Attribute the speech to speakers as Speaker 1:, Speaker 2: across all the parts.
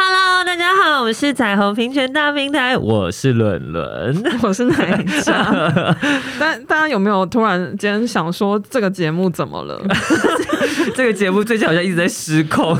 Speaker 1: Hello，大家好，我是彩虹平权大平台，我是伦伦。
Speaker 2: 我是哪一 家？但大家有没有突然间想说这个节目怎么了？
Speaker 1: 这个节目最近好像一直在失 控。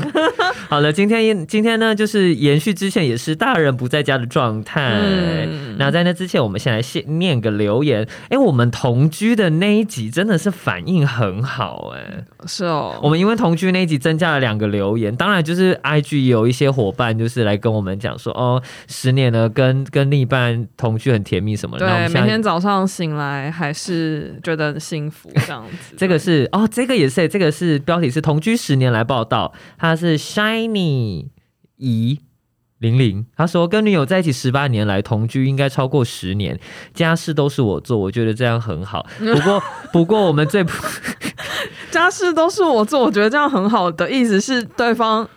Speaker 1: 好了，今天今天呢，就是延续之前也是大人不在家的状态。
Speaker 2: 嗯
Speaker 1: 那在那之前，我们先来先念个留言。哎、我们同居的那一集真的是反应很好哎、
Speaker 2: 是哦，
Speaker 1: 我们因为同居那一集增加了两个留言，当然就是 IG 也有一些伙伴就是来跟我们讲说，哦，十年了跟跟另一半同居很甜蜜什么的。那我
Speaker 2: 对，
Speaker 1: 们现
Speaker 2: 每
Speaker 1: 在。
Speaker 2: 天早上醒来还是觉得很幸福这样 子
Speaker 1: 这个是哦，这个也是，这个是标题是同居十年来报道，他是 Shiny 怡玲玲，他说跟女友在一起十八年来同居应该超过十年，家事都是我做，我觉得这样很好。不 过不过我们最不
Speaker 2: 家事都是我做，我觉得这样很好的意思是对方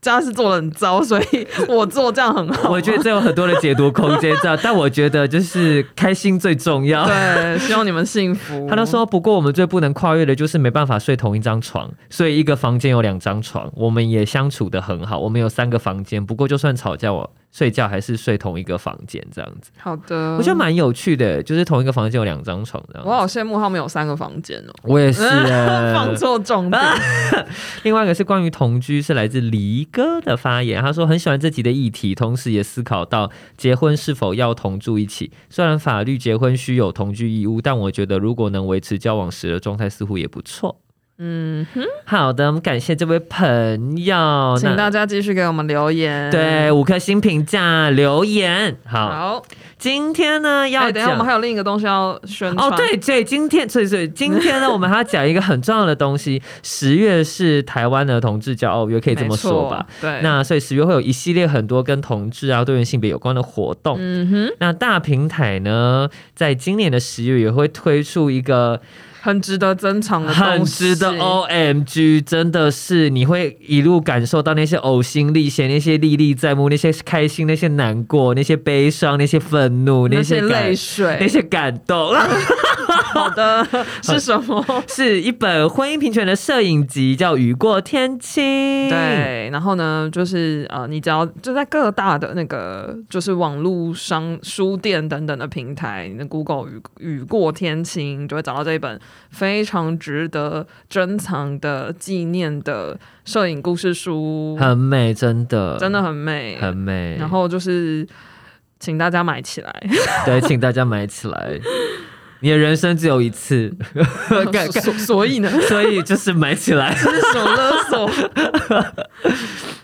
Speaker 2: 家事做的很糟，所以我做这样很好。
Speaker 1: 我觉得这有很多的解读空间，这样，但我觉得就是开心最重要。
Speaker 2: 对，希望你们幸福。
Speaker 1: 他都说，不过我们最不能跨越的就是没办法睡同一张床，所以一个房间有两张床，我们也相处的很好。我们有三个房间，不过就算吵架，我睡觉还是睡同一个房间这样子，
Speaker 2: 好的，
Speaker 1: 我觉得蛮有趣的，就是同一个房间有两张床这样
Speaker 2: 我好
Speaker 1: 子。
Speaker 2: 羡慕他们有三个房间哦。
Speaker 1: 我也是、呃
Speaker 2: 放错重点，
Speaker 1: 另外一个是关于同居，是来自黎哥的发言。他说很喜欢这集的议题，同时也思考到结婚是否要同住一起。虽然法律结婚需有同居义务，但我觉得如果能维持交往时的状态，似乎也不错。
Speaker 2: 嗯哼，
Speaker 1: 好的，我们感谢这位朋友，
Speaker 2: 请
Speaker 1: 哦那
Speaker 2: 大家继续给我们留言。
Speaker 1: 对五颗星评价留言。好，
Speaker 2: 好，
Speaker 1: 今天呢
Speaker 2: 哎、
Speaker 1: 要
Speaker 2: 等一下我
Speaker 1: 讲、
Speaker 2: 们还有另一个东西要宣传
Speaker 1: 哦，对对，今天所以所以今天呢，我们还要讲一个很重要的东 西。十月是台湾儿童志骄傲月，可以这么说吧？
Speaker 2: 没错？对，
Speaker 1: 那所以十月会有一系列很多跟同志啊、多元性别有关的活动。
Speaker 2: 嗯哼，
Speaker 1: 那大平台呢，在今年的十月也会推出一个
Speaker 2: 很值得珍藏的东西，
Speaker 1: 很值得哦 OMG，真的是你会一路感受到那些呕心沥血、那些历历在目、那些开心、那些难过、那些悲伤、那些愤怒、
Speaker 2: 那
Speaker 1: 些
Speaker 2: 些
Speaker 1: 感
Speaker 2: 泪、
Speaker 1: 那
Speaker 2: 水，
Speaker 1: 些感动。啊
Speaker 2: 好的是什 么？
Speaker 1: 是一本婚姻平权的摄影集，叫《雨过天青》。，
Speaker 2: 对，然后呢，就是呃，你只要就在各大的那个就是网络商书店等等的平台，你的 Google 雨雨过天晴，你就会找到这一本非常值得珍藏的纪念的摄影故事书，
Speaker 1: 很美，真的，
Speaker 2: 真的很美，
Speaker 1: 很美。
Speaker 2: 然后就是请大家买起来，
Speaker 1: 对，请大家买起来。你的人生只有一 次，干
Speaker 2: 所所以呢，
Speaker 1: 所以就是买起来。
Speaker 2: 这是什么勒 索？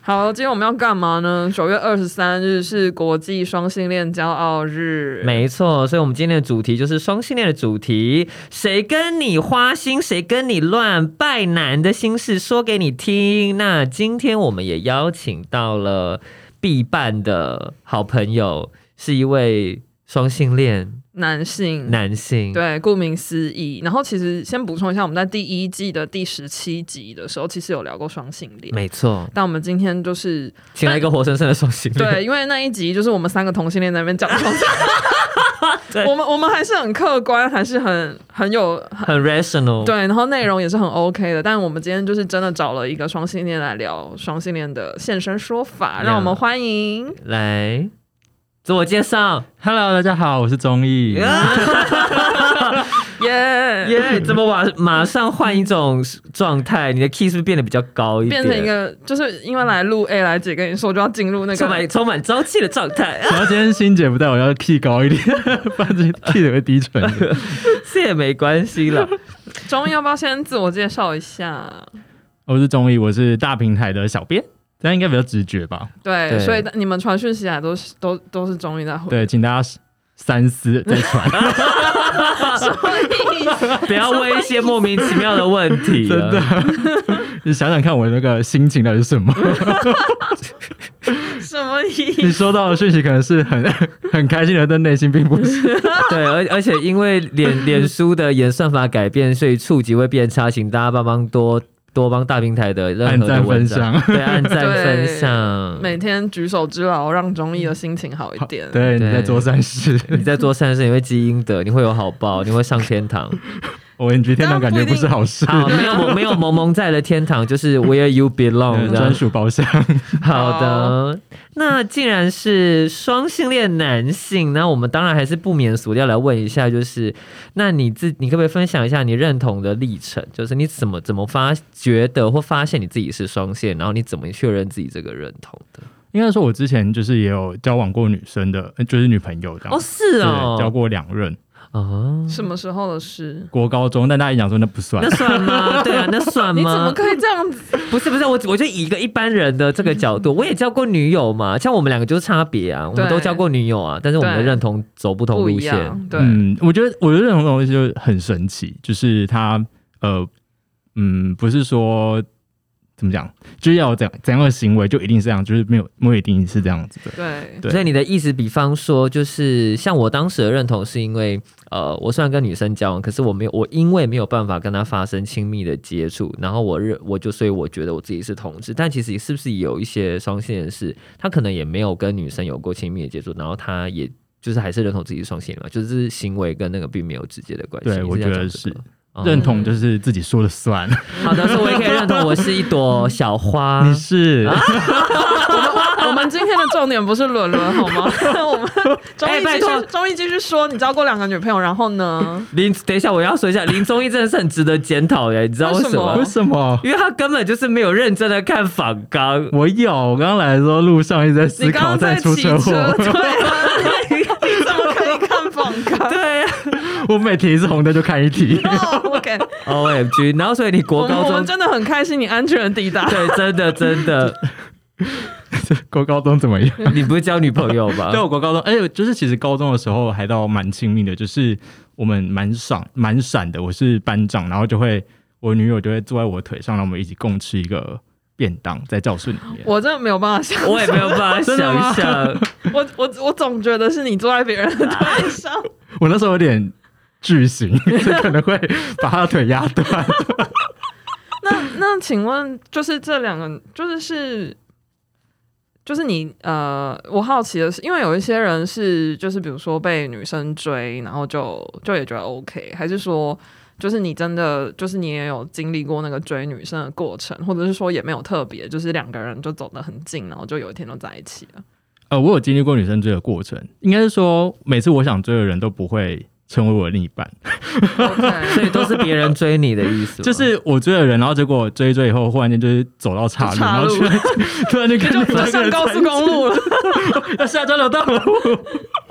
Speaker 2: 好，今天我们要干嘛呢？九月二十三日是国际双性恋骄傲日，
Speaker 1: 没错，所以我们今天的主题就是双性恋的主题，谁跟你花心，谁跟你乱，拜男的心事说给你听。那今天我们也邀请到了必办的好朋友，是一位双性恋
Speaker 2: 男性。
Speaker 1: 男性。
Speaker 2: 对，顾名思义。然后其实先补充一下，我们在第一季的第十七集的时候，其实有聊过双性恋。
Speaker 1: 没错，
Speaker 2: 但我们今 天就是
Speaker 1: 请来一个活生生的双性恋。
Speaker 2: 对，因为那一集就是我们三个同性恋在那边讲双性
Speaker 1: 对
Speaker 2: 我们我们还是很客观，还是很很有
Speaker 1: 很 rational。
Speaker 2: 对，然后内容也是很 OK 的，但我们今天就是真的找了一个双性恋来聊双性恋的现身说法，
Speaker 1: Yeah
Speaker 2: 让我们欢迎。
Speaker 1: 来自我介绍。
Speaker 3: Hello，大家好，我是钟意。
Speaker 2: 耶，
Speaker 1: 耶、怎么马马上换一种状态？你的 key 是不是变得比较高一点？
Speaker 2: 变成一个就是因为来录 A 来姐跟你说就要进入那
Speaker 1: 充
Speaker 2: 个
Speaker 1: 满充满朝气的状态。
Speaker 3: 然后今天欣姐不在，我要 key 高一点， 不然这 key 得会低沉 的。
Speaker 1: 这也没关系了。
Speaker 2: 中医要不要先自我介绍一下？
Speaker 3: 我是钟意，我是大平台的小编，大家应该比较直觉吧？
Speaker 2: 对，
Speaker 1: 对
Speaker 2: 所以你们传讯息来都是都都是中医在回，
Speaker 3: 对，请大家三思再传，
Speaker 1: 不要问一些莫名其妙的问题。
Speaker 3: 真的，， 你想想看我那个心情到底 是什么？
Speaker 2: 什么意思？
Speaker 3: 你收到的讯息可能是很 很开心的，但内心并不是。
Speaker 1: 对，而而且因为脸脸书的演算法改变，所以触及会变差，请大家帮忙多多帮大平台的任
Speaker 3: 按
Speaker 1: 何的
Speaker 3: 赞
Speaker 1: 文
Speaker 3: 分
Speaker 1: 章，
Speaker 3: 享
Speaker 1: 对，按赞分
Speaker 2: 对
Speaker 1: 享。
Speaker 2: 每天举手之劳，让中医的心情好一 点。
Speaker 3: 对，你在
Speaker 1: 对
Speaker 3: 做善事。
Speaker 1: 你在做善事，你会积阴德，你会有好报，你会上天 堂。
Speaker 3: 我你觉得天堂感觉不是好事，
Speaker 1: 好，没有没有萌萌在的天堂，就是 where you
Speaker 3: 嗯
Speaker 1: belong 这样
Speaker 3: 专。属包厢。
Speaker 1: 好的，那既然是双性恋男性，那我们当然还是不免俗地要来问一下，就是那你自你可不可以分享一下你认同的历程？就是你怎么怎么发觉得或发现你自己是双性，然后你怎么确认自己这个认同的？
Speaker 3: 应该说，我之前就是也有交往过女生的，呃就是女朋友这样。
Speaker 1: 哦，是哦，
Speaker 3: 对交过两任，
Speaker 1: 哦，
Speaker 2: 什么时候的事？
Speaker 3: 国高中，但大家一讲说那不算
Speaker 1: 那。算吗？对啊，那算
Speaker 2: 你怎么
Speaker 1: 吗？
Speaker 2: 可以这样子？
Speaker 1: 不是不是，我我就以一个一般人的这个角 度，我也交过女友嘛，像我们两个就是差别啊，我们
Speaker 2: 对
Speaker 1: 都交过女友啊，但是我们的
Speaker 2: 对
Speaker 1: 认同走不同
Speaker 2: 不
Speaker 1: 路
Speaker 2: 一
Speaker 1: 线。
Speaker 2: 样，对，
Speaker 3: 嗯，我觉得我觉得这种东西就很神奇，就是它呃嗯，不是说怎么讲，就是要有怎样怎样的行为就一定是这样，就是没有没有一定是这样子的。
Speaker 2: 对，
Speaker 3: 对
Speaker 1: 所以你的意思，比方说，就是像我当时的认同，是因为呃，我虽然跟女生交往，可是我没有，我因为没有办法跟她发生亲密的接触，然后我认我就所以我觉得我自己是同志，但其实是不是有一些双性人士，他可能也没有跟女生有过亲密的接触，然后他也就是还是认同自己是双性嘛，就是行为跟那个并没有直接的关系。
Speaker 3: 对
Speaker 1: 你
Speaker 3: 我
Speaker 1: 这样
Speaker 3: 觉
Speaker 1: 讲
Speaker 3: 得
Speaker 1: 这
Speaker 3: 是
Speaker 1: 个吗。哦
Speaker 3: 认同就是自己说了算，
Speaker 1: 好的，所以我也可以认同我是一朵小
Speaker 2: 啊
Speaker 1: 花。
Speaker 3: 你是、
Speaker 2: 我们今天的重点不是伦伦好吗？ 我们中
Speaker 1: 哎
Speaker 2: 医
Speaker 1: 拜
Speaker 2: 继
Speaker 1: 托
Speaker 2: 续，中医继续说，你交过两个女朋友，然后呢？
Speaker 1: 林，等一下我要说一下，林宗义真的是很值得检讨的，你知道为什么
Speaker 2: 为什
Speaker 1: 吗？
Speaker 2: 么
Speaker 3: 为什么？
Speaker 1: 因为他根本就是没有认真的看访纲。
Speaker 3: 我有，我刚刚来的时候路上一直在
Speaker 2: 你
Speaker 3: 思
Speaker 2: 刚
Speaker 3: 考
Speaker 2: 刚在
Speaker 3: 出
Speaker 2: 骑
Speaker 3: 车
Speaker 2: 车，
Speaker 3: 祸，
Speaker 2: 对啊，你怎么可以看访刊？
Speaker 1: 对啊
Speaker 3: 我每题是红灯就看一题。
Speaker 2: 哦，OK，
Speaker 1: ，O M G！然后所以你
Speaker 2: 我
Speaker 1: 国
Speaker 2: 们
Speaker 1: 高
Speaker 2: 我们
Speaker 1: 中
Speaker 2: 真的很开心，你安全地抵达。
Speaker 1: 对，真的真的，
Speaker 3: 国高中怎么样？
Speaker 1: 你不是交女朋友
Speaker 2: 啊
Speaker 1: 吧
Speaker 3: 对，？我国高中，哎、就是其实高中的时候还到蛮亲密的，就是我们蛮闪蛮闪的。我是班长，然后就会我女友就会坐在我腿上，让我们一起共吃一个便当在教室里 面。
Speaker 2: 我真的没有办法想，
Speaker 1: 我也没有办法
Speaker 3: 真的吗
Speaker 1: 想象，
Speaker 2: 我我我总觉得是你坐在别人的腿上，
Speaker 3: 我那时候有点巨型， 就可能会把她的腿压断。
Speaker 2: 那 那请问，就是这两个，就是是，就是你呃，我好奇的是，因为有一些人是，就是比如说被女生追，然后就就也觉得 OK，还是说，就是你真的，就是你也有经历过那个追女生的过程，或者是说也没有特别，就是两个人就走得很近，然后就有一天都在一起了。
Speaker 3: 呃，我有经历过女生追的过程，应该是说每次我想追的人都不会成为我的另一半，
Speaker 1: 所
Speaker 2: OK，
Speaker 1: 以都是别人追你的意
Speaker 2: 啊
Speaker 1: 思吗。
Speaker 3: 就是我追的人，然后结果追一追以后，忽然间就是走到岔路，
Speaker 2: 就岔
Speaker 3: 然后
Speaker 2: 路
Speaker 3: 突然突然就看
Speaker 2: 就
Speaker 3: 见
Speaker 2: 走上高速公路了。
Speaker 3: 要下啊交流道了。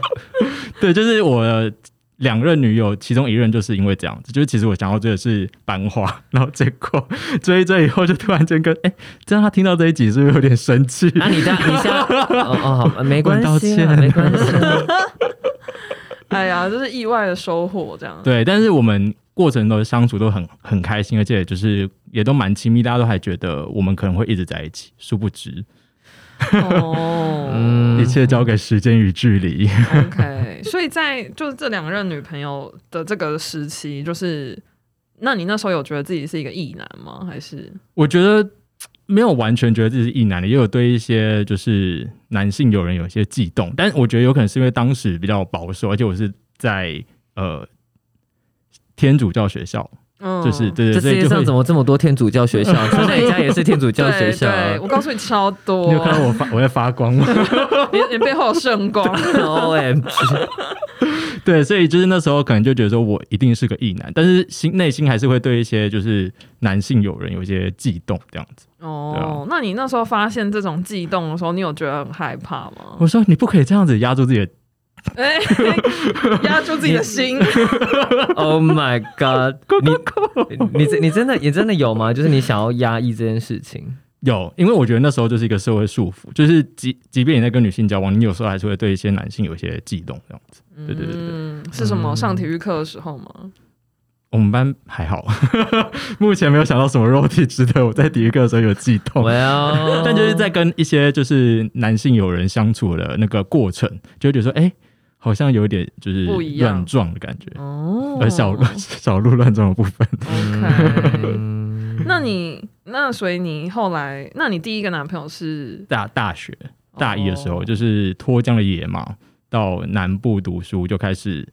Speaker 3: 对，就是我的两任女友，其中一任就是因为这样子，就是其实我想要追的是班花，然后结果 追一追以后，就突然间跟哎、这样他听到这一集是不是有点生气？
Speaker 1: 啊，你这样你这样，哦哦好，没关系啊，
Speaker 3: 我道歉
Speaker 1: 没关系啊。
Speaker 2: 哎呀，就是意外的收获，这样。
Speaker 3: 对，但是我们过程的相处都很很开心，而且就是也都蛮亲密，大家都还觉得我们可能会一直在一起，殊不知、
Speaker 2: 哦，
Speaker 3: 一切交给时间与距离。
Speaker 2: OK，所以在就是这两任女朋友的这个时期，就是那你那时候有觉得自己是一个异男吗？还是
Speaker 3: 我觉得嘖没有完全觉得自己是异男的，也有对一些就是男性友人有一些悸动，但我觉得有可能是因为当时比较保守，而且我是在呃天主教学校，
Speaker 2: 嗯
Speaker 3: 就是对
Speaker 1: 这
Speaker 3: 对，所
Speaker 1: 世
Speaker 3: 以
Speaker 1: 界
Speaker 3: 就
Speaker 1: 上怎
Speaker 3: 会。
Speaker 1: 么这么多天主教 学校？陈美家也是天主教学
Speaker 2: 对
Speaker 1: 校啊。
Speaker 2: 对，我告诉你超
Speaker 3: 你有看到
Speaker 2: 多，
Speaker 3: 我 发我在发光吗？
Speaker 2: 你你背后有圣 光，
Speaker 3: 啊
Speaker 1: O M G！
Speaker 3: 对，所以就是那时候可能就觉得说我一定是个异男，但是心内心还是会对一些就是男性友人有一些悸动这样子。
Speaker 2: 哦，那你那时候发现这种悸动的时候，你有觉得很害怕吗？
Speaker 3: 我说你不可以这样子压住自己的，
Speaker 2: 哎，压住自己的心，
Speaker 1: Oh my god！你你真你真的也真的有吗？就是你想要压抑这件事情？
Speaker 3: 有，因为我觉得那时候就是一个社会束缚，就是即即便你在跟女性交往，你有时候还是会对一些男性有一些悸动这样子。对对对对，
Speaker 2: 嗯，是什么？上体育课的时候吗？
Speaker 3: 我们班还好， 目前没有想到什么肉体值得我在体育课的时候有悸动。
Speaker 1: well,，
Speaker 3: 哦但就是在跟一些就是男性友人相处的那个过程，就会觉得说，哎、好像有点就是
Speaker 2: 不一样
Speaker 3: 乱撞的感觉，
Speaker 2: 哦
Speaker 3: 呃，小小鹿乱撞的部分。
Speaker 2: OK，那你那所以你后来，那你第一个男朋友是
Speaker 3: 大大学大一的时候，
Speaker 2: 哦
Speaker 3: 就是脱缰的野马到南部读书，就开始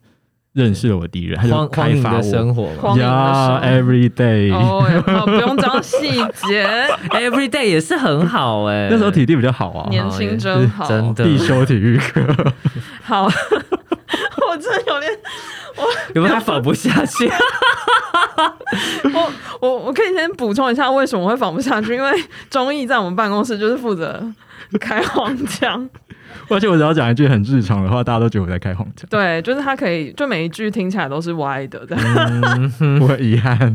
Speaker 3: 认识了我敌人，他就
Speaker 1: 荒荒
Speaker 3: 开
Speaker 1: 淫
Speaker 3: 发
Speaker 1: 的
Speaker 3: 我。
Speaker 1: 生活嘛
Speaker 2: 荒淫的生
Speaker 3: 呀
Speaker 2: 活
Speaker 3: ，every day，、
Speaker 2: 哦，也不不用讲细节，
Speaker 1: ，every day 也是很好哎、
Speaker 3: 那时候体力比较好啊，
Speaker 2: 年轻真好，
Speaker 1: 真的
Speaker 3: 必修体育课。
Speaker 2: 好。 我真的有点，
Speaker 1: 有没有仿不下去？
Speaker 2: 我我我可以先补充一下为什么会仿不下去，因为钟意在我们办公室就是负责开黄腔，
Speaker 3: 而且我只要讲一句很日常的话，大家都觉得我在开黄腔，
Speaker 2: 对，就是他可以，就每一句听起来都是歪的，这样
Speaker 3: 我很遗 憾。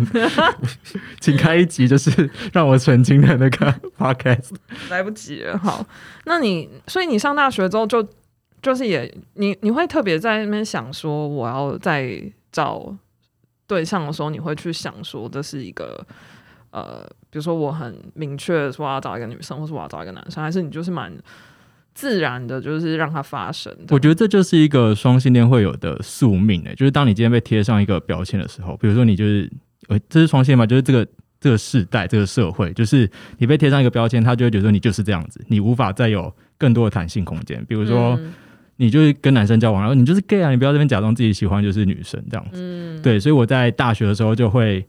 Speaker 3: 请开一集就是让我澄清的那个 podcast。
Speaker 2: 来不及了。好，那你所以你上大学之后就就是也你你会特别在那边想说我要在找对象的时候，你会去想说这是一个呃，比如说我很明确地说我要找一个女生，或是我要找一个男生，还是你就是蛮自然的，就是让它发生的
Speaker 3: 我。觉得这就是一个双性恋会有的宿命诶、欸就是当你今天被贴上一个标签的时候，比如说你就是呃，这是双性恋嘛，就是这个这个世代这个社会，就是你被贴上一个标签，他就会觉得说你就是这样子，你无法再有更多的弹性空间。比如说
Speaker 2: 嗯
Speaker 3: 你就是跟男生交往，然后你就是 gay 啊，你不要这边假装自己喜欢就是女生这样子。
Speaker 2: 嗯，
Speaker 3: 对，所以我在大学的时候就会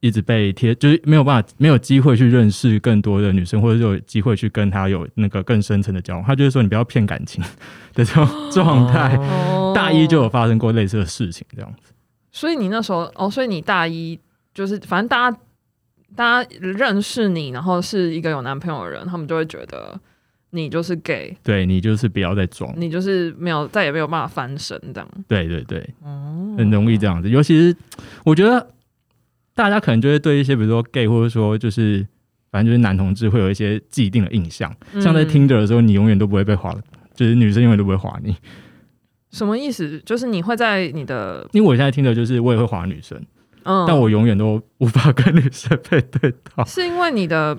Speaker 3: 一直被贴，就是没有办法，没有机会去认识更多的女生，或者是有机会去跟她有那个更深层的交往。他就是说你不要骗感情 的这种状态。
Speaker 2: 哦
Speaker 3: 大一就有发生过类似的事情，这样子。
Speaker 2: 所以你那时候哦，所以你大一就是反正大家大家认识你，然后是一个有男朋友的人，他们就会觉得你就是 gay，
Speaker 3: 对你就是不要再装，
Speaker 2: 你就是没有再也没有办法翻身这样。
Speaker 3: 对对对，
Speaker 2: 嗯
Speaker 3: 很容易这样子。尤其是我觉得大家可能就会对一些比如说 gay 或者说就是反正就是男同志会有一些既定的印象，像在
Speaker 2: 嗯
Speaker 3: 听着的时候，你永远都不会被划，就是女生永远都不会划你。
Speaker 2: 什么意思？就是你会在你的
Speaker 3: 因为我现在听的就是我也会滑女生，
Speaker 2: 嗯，
Speaker 3: 但我永远都无法跟女生配对到。
Speaker 2: 是因为你的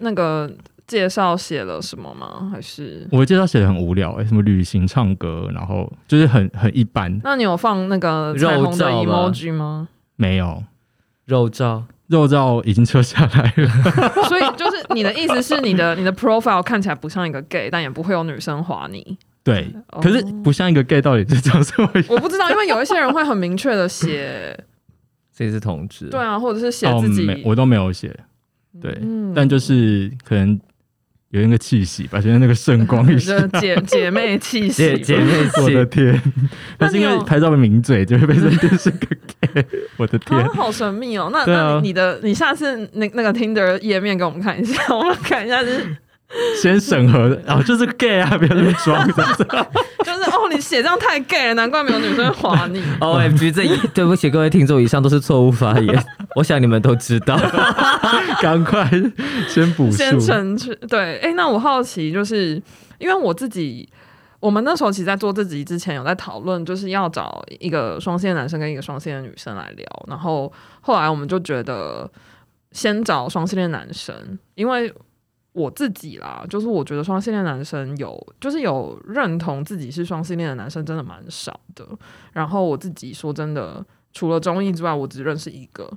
Speaker 2: 那个介绍写了什么吗？还是
Speaker 3: 我的介绍写的很无聊、欸，什么旅行、唱歌，然后就是很很一般，
Speaker 2: 那你有放那个彩虹的
Speaker 1: 肉照吗
Speaker 2: emoji 吗？
Speaker 3: 没有
Speaker 1: 肉照
Speaker 3: 肉照已经撤下来了。
Speaker 2: 所以就是你的意思是你的你的 profile 看起来不像一个 gay，但也不会有女生划你。
Speaker 3: 对，
Speaker 2: 哦
Speaker 3: 可是不像一个 gay 到底是长什么样？
Speaker 2: 我不知道，因为有一些人会很明确的 写，
Speaker 1: 这也是同志，
Speaker 2: 对啊，或者是写自
Speaker 3: 哦
Speaker 2: 己，
Speaker 3: 没我都没有写，对，
Speaker 2: 嗯
Speaker 3: 但就是可能有那个气息吧，就是那个圣 光一
Speaker 2: 就
Speaker 3: 下
Speaker 2: 是。姐姐妹气
Speaker 1: 姐
Speaker 2: 息吧，
Speaker 1: 姐妹
Speaker 3: 我的
Speaker 1: 情，
Speaker 3: 天！
Speaker 2: 那
Speaker 3: 但是因
Speaker 2: 你
Speaker 3: 为
Speaker 2: 有
Speaker 3: 拍照被抿嘴，就会被认定 是个 gay。我的天
Speaker 2: 啊，！好神秘哦。那、
Speaker 3: 对啊
Speaker 2: 那你的你下次那那个 Tinder 页面给我们看一下， 我们看一下是
Speaker 3: 先审核的哦，就是 gay 啊，不要这么装，这样子。
Speaker 2: 就是哦，你写这样太 gay 了，难怪没有女生划你。
Speaker 1: O M G，这一 对不起各位听众，以上都是错误发言，我想你们都知 道。
Speaker 3: 赶快先补数。
Speaker 2: 先澄清，对，哎、那我好奇，就是因为我自己，我们那时候其实，在做这集之前有在讨论，就是要找一个双性恋男生跟一个双性恋女生来聊，然后后来我们就觉得先找双性恋男生，因为我自己啦，就是我觉得双性恋男生有，就是有认同自己是双性恋的男生真的蛮少的，然后我自己说真的，除了中艺之外，我只认识一个，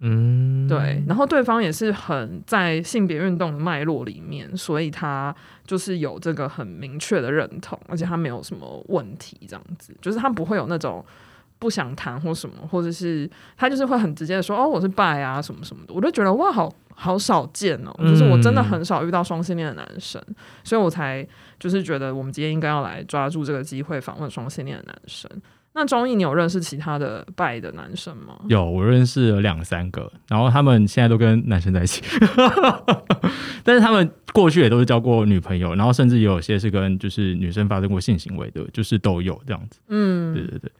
Speaker 1: 嗯，
Speaker 2: 对，然后对方也是很在性别运动的脉络里面，所以他就是有这个很明确的认同，而且他没有什么问题，这样子，就是他不会有那种不想谈或什么，或者是他就是会很直接的说哦我是拜啊什么什么的，我就觉得哇好好少见哦，就是我真的很少遇到双性恋的男生，所以我才就是觉得我们今天应该要来抓住这个机会访问双性恋的男生。那钟毅，你有认识其他的拜的男生吗？
Speaker 3: 有，我认识了两三个，然后他们现在都跟男生在一起， 但是他们过去也都是交过女朋友，然后甚至也有些是跟就是女生发生过性行为的，就是都有这样子。
Speaker 2: 嗯，
Speaker 3: 对对对，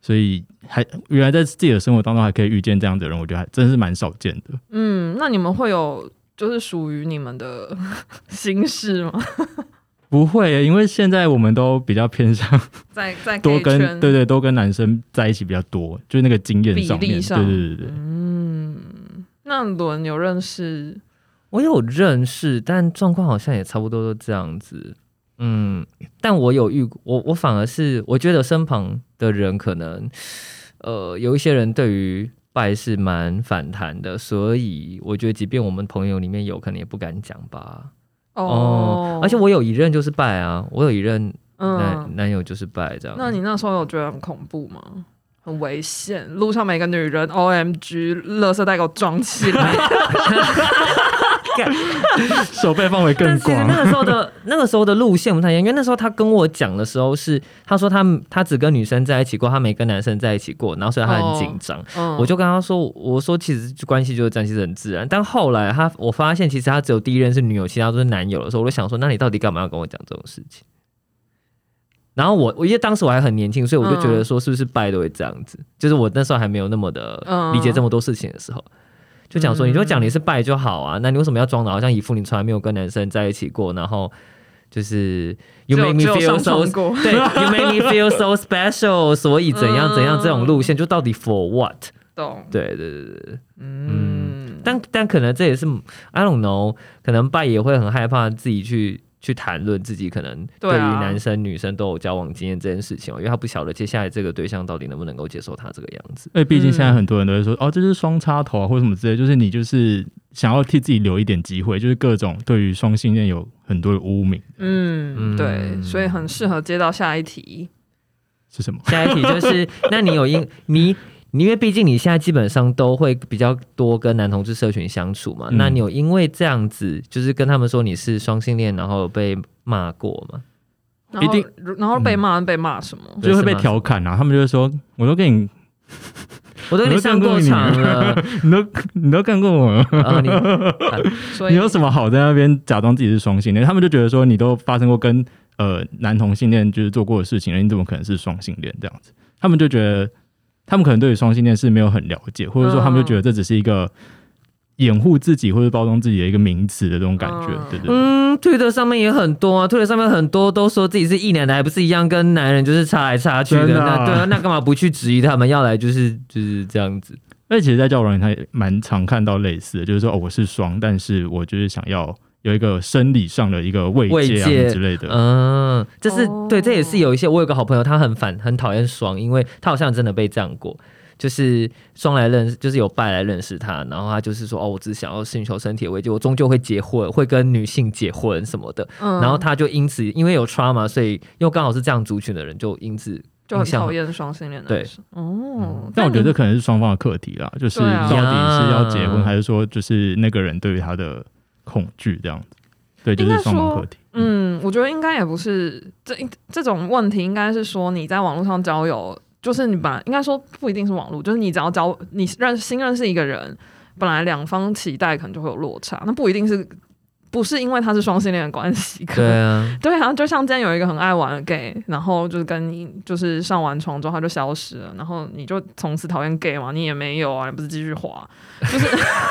Speaker 3: 所以还原来在自己的生活当中还可以遇见这样的人，我觉得还真是蛮少见的。
Speaker 2: 嗯，那你们会有就是属于你们的 心事吗？
Speaker 3: 不会耶，因为现在我们都比较偏向
Speaker 2: 在在 gay
Speaker 3: 多跟
Speaker 2: 圈
Speaker 3: 对对多跟男生在一起比较多，就是那个经验
Speaker 2: 比
Speaker 3: 上面，
Speaker 2: 例上
Speaker 3: 对对对对。
Speaker 2: 嗯，那伦有认识
Speaker 1: 我有认识，但状况好像也差不多都这样子。嗯，但我有遇过，我我反而是我觉得身旁的人可能，呃，有一些人对于拜是蛮反弹的，所以我觉得即便我们朋友里面有，可能也不敢讲吧。
Speaker 2: 哦
Speaker 1: 哦而且我有一任就是拜啊，我有一任男、
Speaker 2: 嗯，
Speaker 1: 男友就是拜这样。
Speaker 2: 那你那时候有觉得很恐怖吗？很危险，路上每个女人，O M G，垃圾袋给我装起来，
Speaker 3: 手背范围更
Speaker 1: 但其实
Speaker 3: 广
Speaker 1: 那。个时候 的那个时候的路线不太一样，因为那时候他跟我讲的时候是，他说他他只跟女生在一起过，他没跟男生在一起过，然后所以他很哦紧
Speaker 3: 哦
Speaker 1: 张。
Speaker 2: 嗯
Speaker 1: 我就跟他说，我说其实关系就是这样，其实很自然。但后来他我发现，其实他只有第一任是女友，其他都是男友的时候，我就想说，那你到底干嘛要跟我讲这种事情？然后我，我因为当时我还很年轻，所以我就觉得说，是不是拜都会这样子？就是我那时候还没有那么的
Speaker 2: 嗯
Speaker 1: 理解这么多事情的时候，就讲说，你就讲你是拜就好啊，那你为什么要装的好像一副你从来没有跟男生在一起过，然后就是
Speaker 2: 只
Speaker 1: you
Speaker 2: 有
Speaker 1: make me
Speaker 2: 只有
Speaker 1: feel
Speaker 2: 上
Speaker 1: so
Speaker 2: 床过，
Speaker 1: 对 you make me feel so special，所以怎
Speaker 2: 嗯
Speaker 1: 样怎样这种路线，就到底 for what？
Speaker 2: 懂？
Speaker 1: 对对对对对，
Speaker 2: 嗯，
Speaker 1: 但但可能这也是 I don't know，可能拜也会很害怕自己去去谈论自己可能
Speaker 2: 对
Speaker 1: 对于
Speaker 2: 啊
Speaker 1: 男生女生都有交往经验这件事情哦，因为他不晓得接下来这个对象到底能不能够接受他这个样子。
Speaker 3: 因为毕竟现在很多人都会说，哦，这是双插头啊，或者什么之类，就是你就是想要替自己留一点机会，就是各种对于双性恋有很多的污名
Speaker 2: 嗯，
Speaker 1: 嗯
Speaker 2: 对，所以很适合接到下一题。
Speaker 3: 是什么？
Speaker 1: 下一题就是，那你有因你你因为毕竟你现在基本上都会比较多跟男同志社群相处嘛，
Speaker 3: 嗯
Speaker 1: 那你有因为这样子就是跟他们说你是双性恋，然后被骂过吗？
Speaker 2: 然后
Speaker 3: 一定，
Speaker 2: 然后
Speaker 1: 嗯
Speaker 2: 被骂，被骂什么？
Speaker 1: 对
Speaker 3: 就会被
Speaker 1: 是吗
Speaker 3: 调侃啊，他们就会说，我都跟你，
Speaker 1: 我都跟你上过场了，
Speaker 3: 你都你都干过 我了，
Speaker 1: 然后你
Speaker 2: 所以
Speaker 3: 你有什么好在那边假装自己是双性恋？他们就觉得说你都发生过跟呃男同性恋就是做过的事情了，你怎么可能是双性恋这样子？他们就觉得他们可能对于双性恋是没有很了解，或者说他们就觉得这只是一个掩护自己或者包装自己的一个名词的这种感觉，
Speaker 2: 嗯
Speaker 3: 对对对。
Speaker 1: 嗯，推特上面也很多啊，推特上面很多都说自己是异男的，还不是一样跟男人就是插来插去的。
Speaker 3: 真的啊
Speaker 1: 那对啊，那干嘛不去质疑他们？要来就是 就是这样子。
Speaker 3: 而且其实，在交友软件上也蛮常看到类似的，就是说哦，我是双，但是我就是想要有一个生理上的一个慰
Speaker 1: 慰
Speaker 3: 藉啊
Speaker 1: 藉
Speaker 3: 之类的。
Speaker 1: 嗯，这是、
Speaker 2: 哦
Speaker 1: 对，这也是有一些我有个好朋友，他很反很讨厌双，因为他好像真的被这样过。就是双来认识，就是有拜来认识他，然后他就是说，哦，我只想要寻求身体的慰藉，我终究会结婚，会跟女性结婚什么的。
Speaker 2: 嗯
Speaker 1: 然后他就因此因为有 trauma，所以又刚好是这样族群的人，就因此
Speaker 2: 就很
Speaker 1: 印象
Speaker 2: 讨厌双性恋男生。哦，
Speaker 3: 嗯但我觉得
Speaker 2: 你
Speaker 3: 这可能是双方的课题啦，就是
Speaker 2: 对啊
Speaker 3: 到底是要结婚，
Speaker 1: 呀
Speaker 3: 还是说就是那个人对于他的恐惧这样子？对，就
Speaker 2: 应
Speaker 3: 是
Speaker 2: 该
Speaker 3: 双方
Speaker 2: 说
Speaker 3: 课题。嗯，
Speaker 2: 嗯，我觉得应该也不是这这种问题，应该是说你在网络上交友，就是你把应该说不一定是网络，就是你只要交你认新认识一个人，本来两方期待可能就会有落差，那不一定是不是因为他是双性恋的关系，可能
Speaker 1: 对 啊，
Speaker 2: 对啊，就像之前有一个很爱玩的 gay，然后就是跟你就是上完床之后他就消失了，然后你就从此讨厌 gay 嘛，你也没有啊，你不是继续滑，就是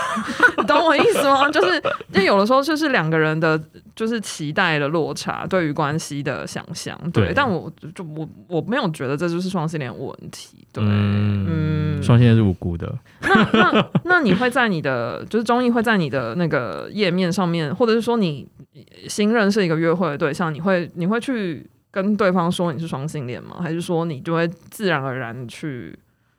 Speaker 2: 你懂我意思吗？就是就有的时候就是两个人的就是期待的落差，对于关系的想象，对，
Speaker 3: 对
Speaker 2: 但我就我我没有觉得这就是双性恋问题，对，
Speaker 1: 嗯
Speaker 2: 嗯，
Speaker 3: 双性恋是无辜的，
Speaker 2: 那那那你会在你的就是综艺会在你的那个页面上面，或者是说你新认识一个约会的对象，你会你会去跟对方说你是双性恋吗？还是说你就会自然而然去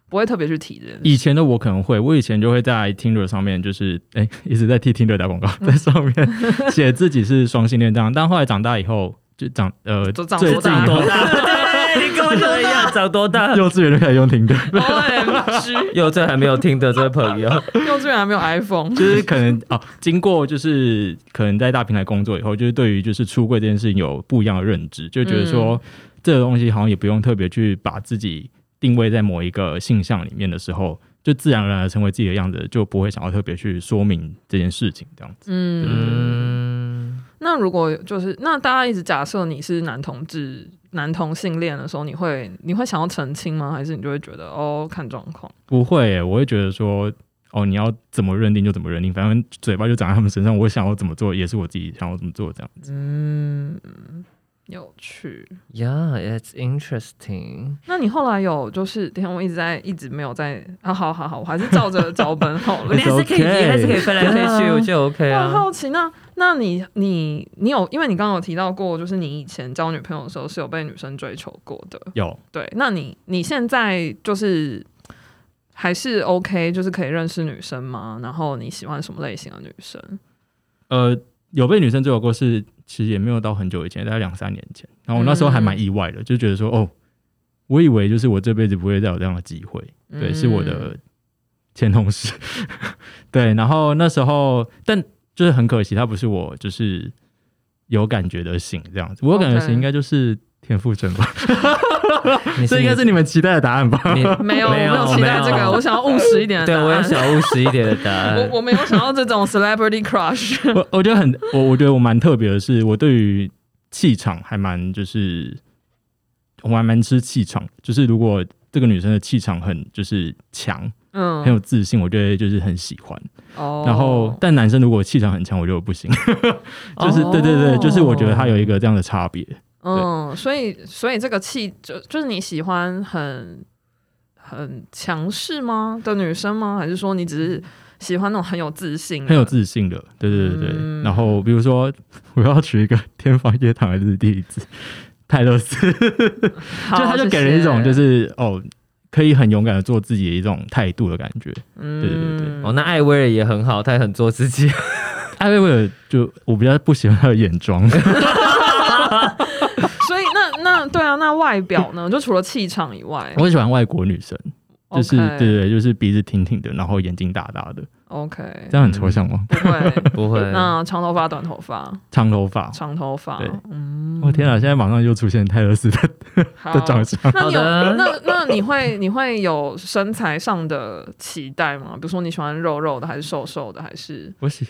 Speaker 2: 不会特别去提这件事？
Speaker 3: 以前的我可能会，我以前就会在 Tinder 上面，就是哎、一直在替 Tinder 打广告，
Speaker 2: 嗯
Speaker 3: 在上面写自己是双性恋这样。但后来长大以后，就长呃，
Speaker 2: 就长
Speaker 3: 最
Speaker 2: 多
Speaker 3: 近
Speaker 2: 大
Speaker 1: 多大？对，你跟我 讲一样，长多大？
Speaker 3: 幼稚园就开始用 Tinder，
Speaker 2: O 哦 M G，
Speaker 1: 有这还没有听的这位朋友，
Speaker 2: 幼稚园还没有 iPhone，
Speaker 3: 就是可能哦，经过就是可能在大平台工作以后，就是对于就是出柜这件事情有不一样的认知，就觉得说、这个东西好像也不用特别去把自己定位在某一个性向里面的时候，就自然而然地成为自己的样子，就不会想要特别去说明这件事情这样子。
Speaker 2: 嗯，
Speaker 1: 嗯，
Speaker 2: 那如果就是那大家一直假设你是男同志、男同性恋的时候，你会你会想要澄清吗？还是你就会觉得哦看状况？
Speaker 3: 不会耶、我会觉得说。哦，你要怎么认定就怎么认定，反正嘴巴就长在他们身上。我想要怎么做，也是我自己想要怎么做这样。
Speaker 2: 嗯，有趣。
Speaker 1: ，Yeah，it's interesting。
Speaker 2: 那你后来有就是，等一下我一直在一直没有在啊，好好好，我还是照着脚本好了
Speaker 1: 你。还是可以，
Speaker 3: okay
Speaker 1: 你还是可以飞来飞去，
Speaker 2: Yeah
Speaker 1: 我觉得 OK
Speaker 2: 我很
Speaker 1: 啊。
Speaker 2: 好奇，那那你你你有，因为你刚刚有提到过，就是你以前交女朋友的时候是有被女生追求过的，
Speaker 3: 有，
Speaker 2: 对？那你你现在就是还是 OK，就是可以认识女生吗？然后你喜欢什么类型的女生？
Speaker 3: 呃，有被女生追有过是，其实也没有到很久以前，大概两三年前。然后我那时候还蛮意外的，就觉得说，哦，我以为就是我这辈子不会再有这样的机会。对，是我的前同 事。对，然后那时候，但就是很可惜，他不是我就是有感觉的型这样子。我有感觉的
Speaker 2: OK
Speaker 3: 型应该就是田馥甄吧，
Speaker 1: 你
Speaker 3: 这应哎该是你们期待的答案吧？
Speaker 1: 你
Speaker 2: 嗯没有，我
Speaker 1: 没
Speaker 2: 没
Speaker 1: 有
Speaker 2: 有期待这
Speaker 1: 没
Speaker 2: 个，
Speaker 1: 有
Speaker 2: 我想要务实一点的
Speaker 1: 对
Speaker 2: 答案。
Speaker 1: 我有想务实一点的答案。
Speaker 2: 我我没有想要这种 celebrity crush。
Speaker 3: 我我觉得很，我我觉得我蛮特别的是，我对于气场还蛮就是，我还蛮吃气场，就是如果这个女生的气场很就是强，
Speaker 2: 嗯，
Speaker 3: 很有自信，我就会就是很喜欢。
Speaker 2: 哦
Speaker 3: 然后，但男生如果气场很强，我就不行。 就是、
Speaker 2: 哦
Speaker 3: 对对对，就是我觉得他有一个这样的差别。
Speaker 2: 嗯，所以所以这个气就就是你喜欢很很强势吗的女生吗？还是说你只是喜欢那种很有自信的、
Speaker 3: 很有自信的，对对对对。
Speaker 2: 嗯
Speaker 3: 然后比如说，我要取一个天方夜谭还是地址，泰勒斯，
Speaker 2: 好？
Speaker 3: 就他就给人一种就是哦，可以很勇敢的做自己的一种态度的感觉。
Speaker 2: 对
Speaker 3: 对对对
Speaker 1: 哦，那艾薇儿也很好，她也很做自己。
Speaker 3: 艾薇薇尔就我比较不喜欢她的眼 妆，
Speaker 2: 所以那那对啊，那外表呢？就除了气场以外，
Speaker 3: 我喜欢外国女生，就是对
Speaker 2: OK
Speaker 3: 对对，就是鼻子挺挺的，然后眼睛大大的，
Speaker 2: OK，
Speaker 3: 这样很抽象吗？
Speaker 2: 不
Speaker 1: 不
Speaker 2: 会。
Speaker 1: 会，
Speaker 2: 那长头发、短头发、
Speaker 3: 长头发，
Speaker 2: 长头发
Speaker 3: 对，
Speaker 2: 嗯，哦
Speaker 3: 我天啊！现在马上就出现泰勒斯的
Speaker 2: 好
Speaker 3: 的长相。
Speaker 2: 那你
Speaker 1: 好
Speaker 2: 有
Speaker 1: 的
Speaker 2: 那那你会你会有身材上的期待吗？比如说你喜欢肉肉的，还是瘦瘦的，还是
Speaker 3: 我喜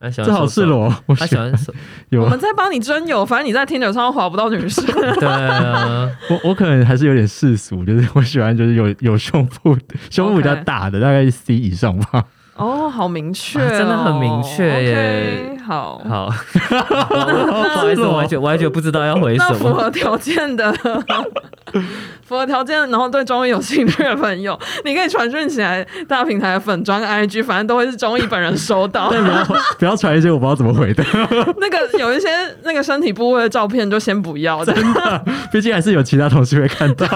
Speaker 1: 那喜欢
Speaker 3: 这好
Speaker 1: 瘦
Speaker 3: 赤
Speaker 1: 瘦，
Speaker 3: 裸，我
Speaker 1: 她
Speaker 3: 喜
Speaker 1: 喜
Speaker 3: 欢
Speaker 1: 欢瘦，
Speaker 2: 我
Speaker 3: 有啊
Speaker 2: 们在帮你征友，反正你在听 i 上划不到 女 生。
Speaker 1: 对啊，
Speaker 3: 我我可能还是有点世俗，就是我喜欢就是有有胸部的胸部比较
Speaker 2: OK
Speaker 3: 大的，大概 C 以上吧。
Speaker 2: 哦，好明确、哦
Speaker 1: 啊真的很明确耶
Speaker 2: OK，好。
Speaker 1: 好，不好意思，我完全我完全不知道要回
Speaker 2: 那
Speaker 1: 什
Speaker 2: 符
Speaker 1: 么。
Speaker 2: 合条 件的，符合条件，然后对中医有兴趣的朋友，你可以传讯起来，大平台的粉砖 IG，反正都会是中医本人收 到。
Speaker 3: 但不要 不要传一些我不知道怎么回的，
Speaker 2: 那个有一些那个身体部位的照片就先不要，真的
Speaker 3: 毕竟还是有其他同事会看 到。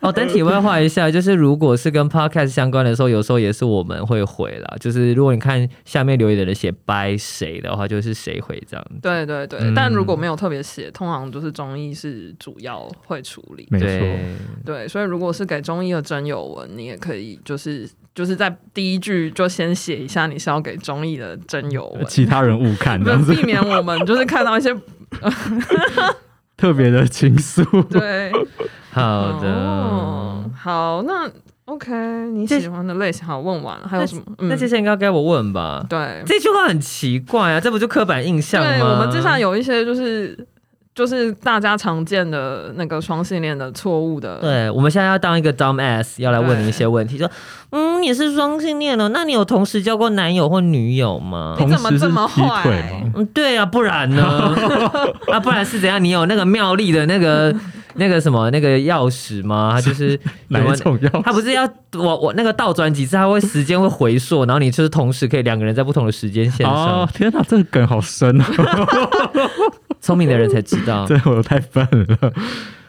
Speaker 1: 哦，
Speaker 3: 呃
Speaker 1: 但题外话一下，就是如果是跟 podcast 相关的时候，有时候也是我们会回啦。就是如果你看下面留言的人写掰谁的话，就是谁回这样。
Speaker 2: 对对对，
Speaker 1: 嗯
Speaker 2: 但如果没有特别写，通常就是中医是主要会处理。
Speaker 3: 没错，
Speaker 1: 对，
Speaker 2: 对，所以如果是给中医的真友文，你也可以就是就是在第一句就先写一下你是要给中医的真友文，
Speaker 3: 其他人误看呃这样
Speaker 2: 就
Speaker 3: 子
Speaker 2: 避免我们就是看到一些
Speaker 3: 特别的情愫。
Speaker 2: 对。
Speaker 1: 好的。
Speaker 2: 哦好，那 OK，你喜欢的类型好问完了，还有什么？嗯
Speaker 1: 那接下来应该该我问吧？
Speaker 2: 对
Speaker 1: 这句话很奇怪啊，这不就刻板印象吗？
Speaker 2: 对，我们接下来有一些就是。就是大家常见的那个双性恋的错误的，
Speaker 1: 对，我们现在要当一个 dumb ass，要来问你一些问题，说，嗯，你是双性恋了，那你有同时交过男友或女友吗？
Speaker 2: 你
Speaker 3: 同
Speaker 2: 怎么
Speaker 3: 时是
Speaker 2: 这么
Speaker 3: 劈腿
Speaker 2: 坏
Speaker 3: 吗？
Speaker 1: 嗯，对啊，不然 呢？啊，不然是怎样？你有那个妙丽的那个 那个什么那个钥匙吗？它就是
Speaker 3: 哪一种要？
Speaker 1: 他不是要我我那个倒转几次，它会时间会回溯，然后你就是同时可以两个人在不同的时间线上
Speaker 3: 哦，。天哪，这个梗好深哦！
Speaker 1: 聪、明的人才知道。
Speaker 3: 这我太笨了。